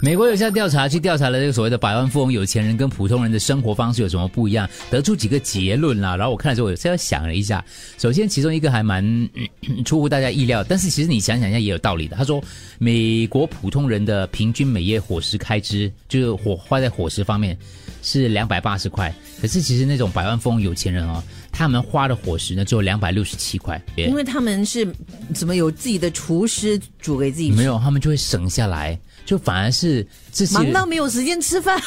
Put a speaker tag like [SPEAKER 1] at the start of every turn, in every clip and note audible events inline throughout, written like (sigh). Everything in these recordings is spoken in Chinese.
[SPEAKER 1] 美国有项调查去调查了这个所谓的百万富翁、有钱人跟普通人的生活方式有什么不一样，得出几个结论啦。然后我看的时候，我现在想了一下，首先其中一个还蛮嗯出乎大家意料，但是其实你想想一下也有道理的。他说，美国普通人的平均每月伙食开支，就是伙花在伙食方面是两百八十块，可是其实那种百万富翁、有钱人哦，他们花的伙食呢只有两百六十七块，
[SPEAKER 2] 因为他们是怎么有自己的厨师煮给自己吃，
[SPEAKER 1] 没有他们就会省下来，就反而是这些人
[SPEAKER 2] 忙到没有时间吃 (laughs) 饭。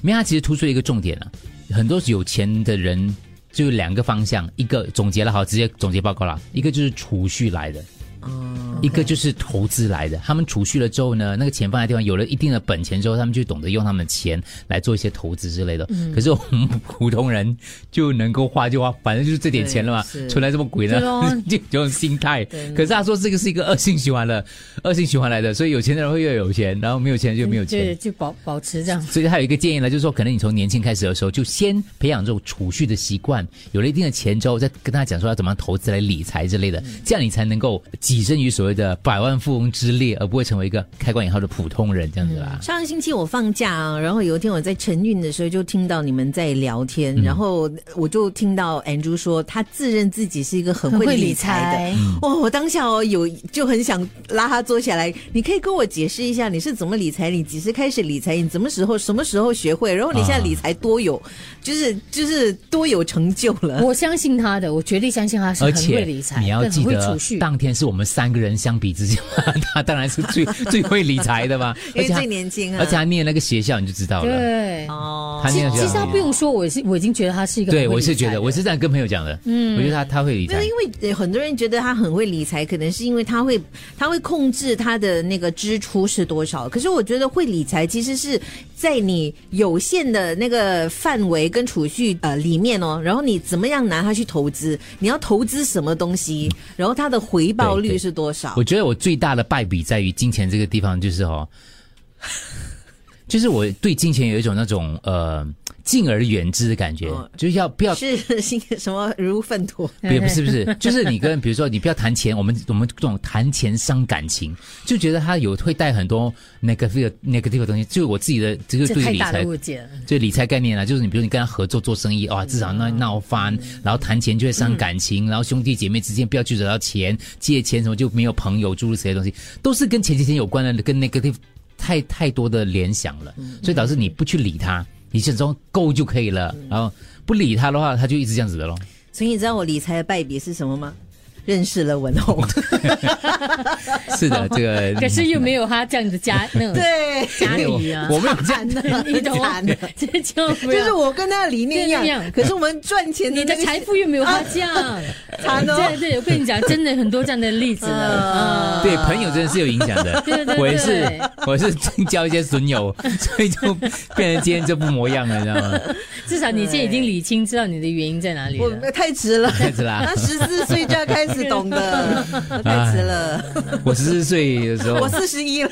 [SPEAKER 1] 没有，他其实突出了一个重点啊，很多有钱的人就有两个方向，一个总结了好，直接总结报告了，一个就是储蓄来的，
[SPEAKER 2] 嗯
[SPEAKER 1] 一个就是投资来的。他们储蓄了之后呢，那个钱放在地方，有了一定的本钱之后，他们就懂得用他们的钱来做一些投资之类的。
[SPEAKER 2] 嗯
[SPEAKER 1] 可是我们普通人就能够花就花，反正就是这点钱了嘛
[SPEAKER 2] 对是，
[SPEAKER 1] 存来这么鬼呢
[SPEAKER 2] 对哦，
[SPEAKER 1] (laughs) 就有这种心态。
[SPEAKER 2] 对
[SPEAKER 1] 可是他说这个是一个恶性循环了，恶性循环来的，所以有钱的人会越有钱，然后没有钱的就没有钱。
[SPEAKER 3] 对，就保保持这样。
[SPEAKER 1] 所以他有一个建议呢，就是说，可能你从年轻开始的时候，就先培养这种储蓄的习惯，有了一定的钱之后，再跟他讲说要怎么样投资来理财之类的，
[SPEAKER 3] 嗯
[SPEAKER 1] 这样你才能够跻身于所谓的百万富翁之列，而不会成为一个开关以后的普通人这样子啦。
[SPEAKER 3] 嗯
[SPEAKER 2] 上个星期我放假啊，然后有一天我在晨运的时候就听到你们在聊天，然后我就听到 Andrew 说他自认自己是一个很
[SPEAKER 3] 很
[SPEAKER 2] 会
[SPEAKER 3] 会理
[SPEAKER 2] 理财
[SPEAKER 3] 财
[SPEAKER 2] 的。哇、我当下哦有就很想拉他坐下来，你可以跟我解释一下你是怎么理财，你几时开始理财，你怎么时候什么时候学会，然后你现在理财多有，就是就是多有成就了。
[SPEAKER 3] 我相信他的，我绝对相信他是
[SPEAKER 1] 而
[SPEAKER 3] 很会
[SPEAKER 1] 且
[SPEAKER 3] 理财，
[SPEAKER 1] 你要
[SPEAKER 3] 更
[SPEAKER 1] 记
[SPEAKER 3] 很会
[SPEAKER 1] 得
[SPEAKER 3] 储，蓄。
[SPEAKER 1] 当天是我们三个人相比之下， (laughs) 他当然是
[SPEAKER 3] (laughs)
[SPEAKER 1] 最最会理财的嘛。
[SPEAKER 2] 因
[SPEAKER 1] 而
[SPEAKER 2] 为
[SPEAKER 1] 且他
[SPEAKER 2] 最年轻啊，
[SPEAKER 1] 而且他念那个学校你就知道了，
[SPEAKER 3] 对，
[SPEAKER 2] 哦
[SPEAKER 1] 他
[SPEAKER 3] 其
[SPEAKER 1] 念
[SPEAKER 3] 实
[SPEAKER 1] 那个学
[SPEAKER 3] 其实他
[SPEAKER 1] 校
[SPEAKER 3] 不。用说，我是我已经觉得他是一个很
[SPEAKER 1] 对，
[SPEAKER 3] 会
[SPEAKER 1] 我是
[SPEAKER 3] 理财
[SPEAKER 1] 觉
[SPEAKER 3] 的
[SPEAKER 1] 得，我是这样跟朋友讲的，嗯，我觉得他他会理
[SPEAKER 2] 没有，
[SPEAKER 1] 财，
[SPEAKER 2] 因为呃很多人觉得他很会理财，可能是因为他会他会控制他的那个支出是多少。可是我觉得会理财其实是在你有限的那个范围跟储蓄呃里面哦，然后你怎么样拿它去投资，你要投资什么东西，
[SPEAKER 3] 嗯
[SPEAKER 2] 然后它的回报
[SPEAKER 1] 对对
[SPEAKER 2] 率是多少
[SPEAKER 1] 我？觉得我最大的败笔在于金钱这个地方，就是哦， (laughs) 就是我对金钱有一种那种呃敬而远之的感觉，
[SPEAKER 2] 哦
[SPEAKER 1] 就是要
[SPEAKER 3] (laughs)
[SPEAKER 1] 不要。
[SPEAKER 2] 是是什么如粪土？
[SPEAKER 1] 也不是不是，就是你跟比如说你不要谈钱，我们 (laughs) 我们这种谈钱伤感情，就觉得他有会带很多 negative negative 的东西。就我自己的，这个
[SPEAKER 3] 这
[SPEAKER 1] 对
[SPEAKER 3] 太
[SPEAKER 1] 理
[SPEAKER 3] 大
[SPEAKER 1] 财
[SPEAKER 3] 的误解了。
[SPEAKER 1] 就理财概念啊，就是你比如你跟他合作做生意，
[SPEAKER 3] 嗯
[SPEAKER 1] 哇，至少闹闹翻，然后谈钱就会伤感情，然后兄弟姐妹之间不要去惹到钱，借钱什么就没有朋友，诸如此类的东西，都是跟钱钱钱有关的，跟 negative 太太多的联想了，
[SPEAKER 3] 嗯
[SPEAKER 1] 所以导致你不去理他，你始终够就可以了，
[SPEAKER 3] 嗯
[SPEAKER 1] 然后不理他的话，他就一直这样子
[SPEAKER 3] (laughs)
[SPEAKER 1] 的咯。
[SPEAKER 2] 所以你知道我理财的败笔是什么吗？认识了文
[SPEAKER 3] (laughs)
[SPEAKER 2] 红，
[SPEAKER 1] 是的，这个
[SPEAKER 3] 可是又没有他这样的家那
[SPEAKER 2] (laughs)
[SPEAKER 3] 种
[SPEAKER 2] 对，
[SPEAKER 3] (laughs) 家里啊，
[SPEAKER 1] (laughs) 我没有
[SPEAKER 3] 惨的，你懂吗
[SPEAKER 2] 惨的？
[SPEAKER 3] 这就不
[SPEAKER 2] 就是
[SPEAKER 3] 要
[SPEAKER 2] 我跟他的理念一
[SPEAKER 3] 一
[SPEAKER 2] 样
[SPEAKER 3] 啊样，
[SPEAKER 2] 可是我们赚钱的
[SPEAKER 3] 你
[SPEAKER 2] 那
[SPEAKER 3] 的
[SPEAKER 2] 个
[SPEAKER 3] 财富又没有他这样。
[SPEAKER 2] 惨
[SPEAKER 3] (laughs)
[SPEAKER 2] 哦
[SPEAKER 3] 对对，我跟你讲，真的很多这样的例子
[SPEAKER 2] 呃 (laughs)
[SPEAKER 3] 呢。嗯
[SPEAKER 1] 对朋友真的是有影响的，
[SPEAKER 3] (laughs) 对对对
[SPEAKER 1] 我也是，我是 (laughs) 交一些损友，所以就变成今天这副模样了，你知道吗？
[SPEAKER 3] 至少你现在已经理清，知道你的原因在哪里
[SPEAKER 2] 我呃
[SPEAKER 3] 了。
[SPEAKER 2] 太
[SPEAKER 1] (laughs)
[SPEAKER 2] 迟了， (laughs)
[SPEAKER 1] 太迟了
[SPEAKER 2] 他十四岁就要开始懂的，太迟了。
[SPEAKER 1] 我十四岁的时候，
[SPEAKER 2] 我四十一了，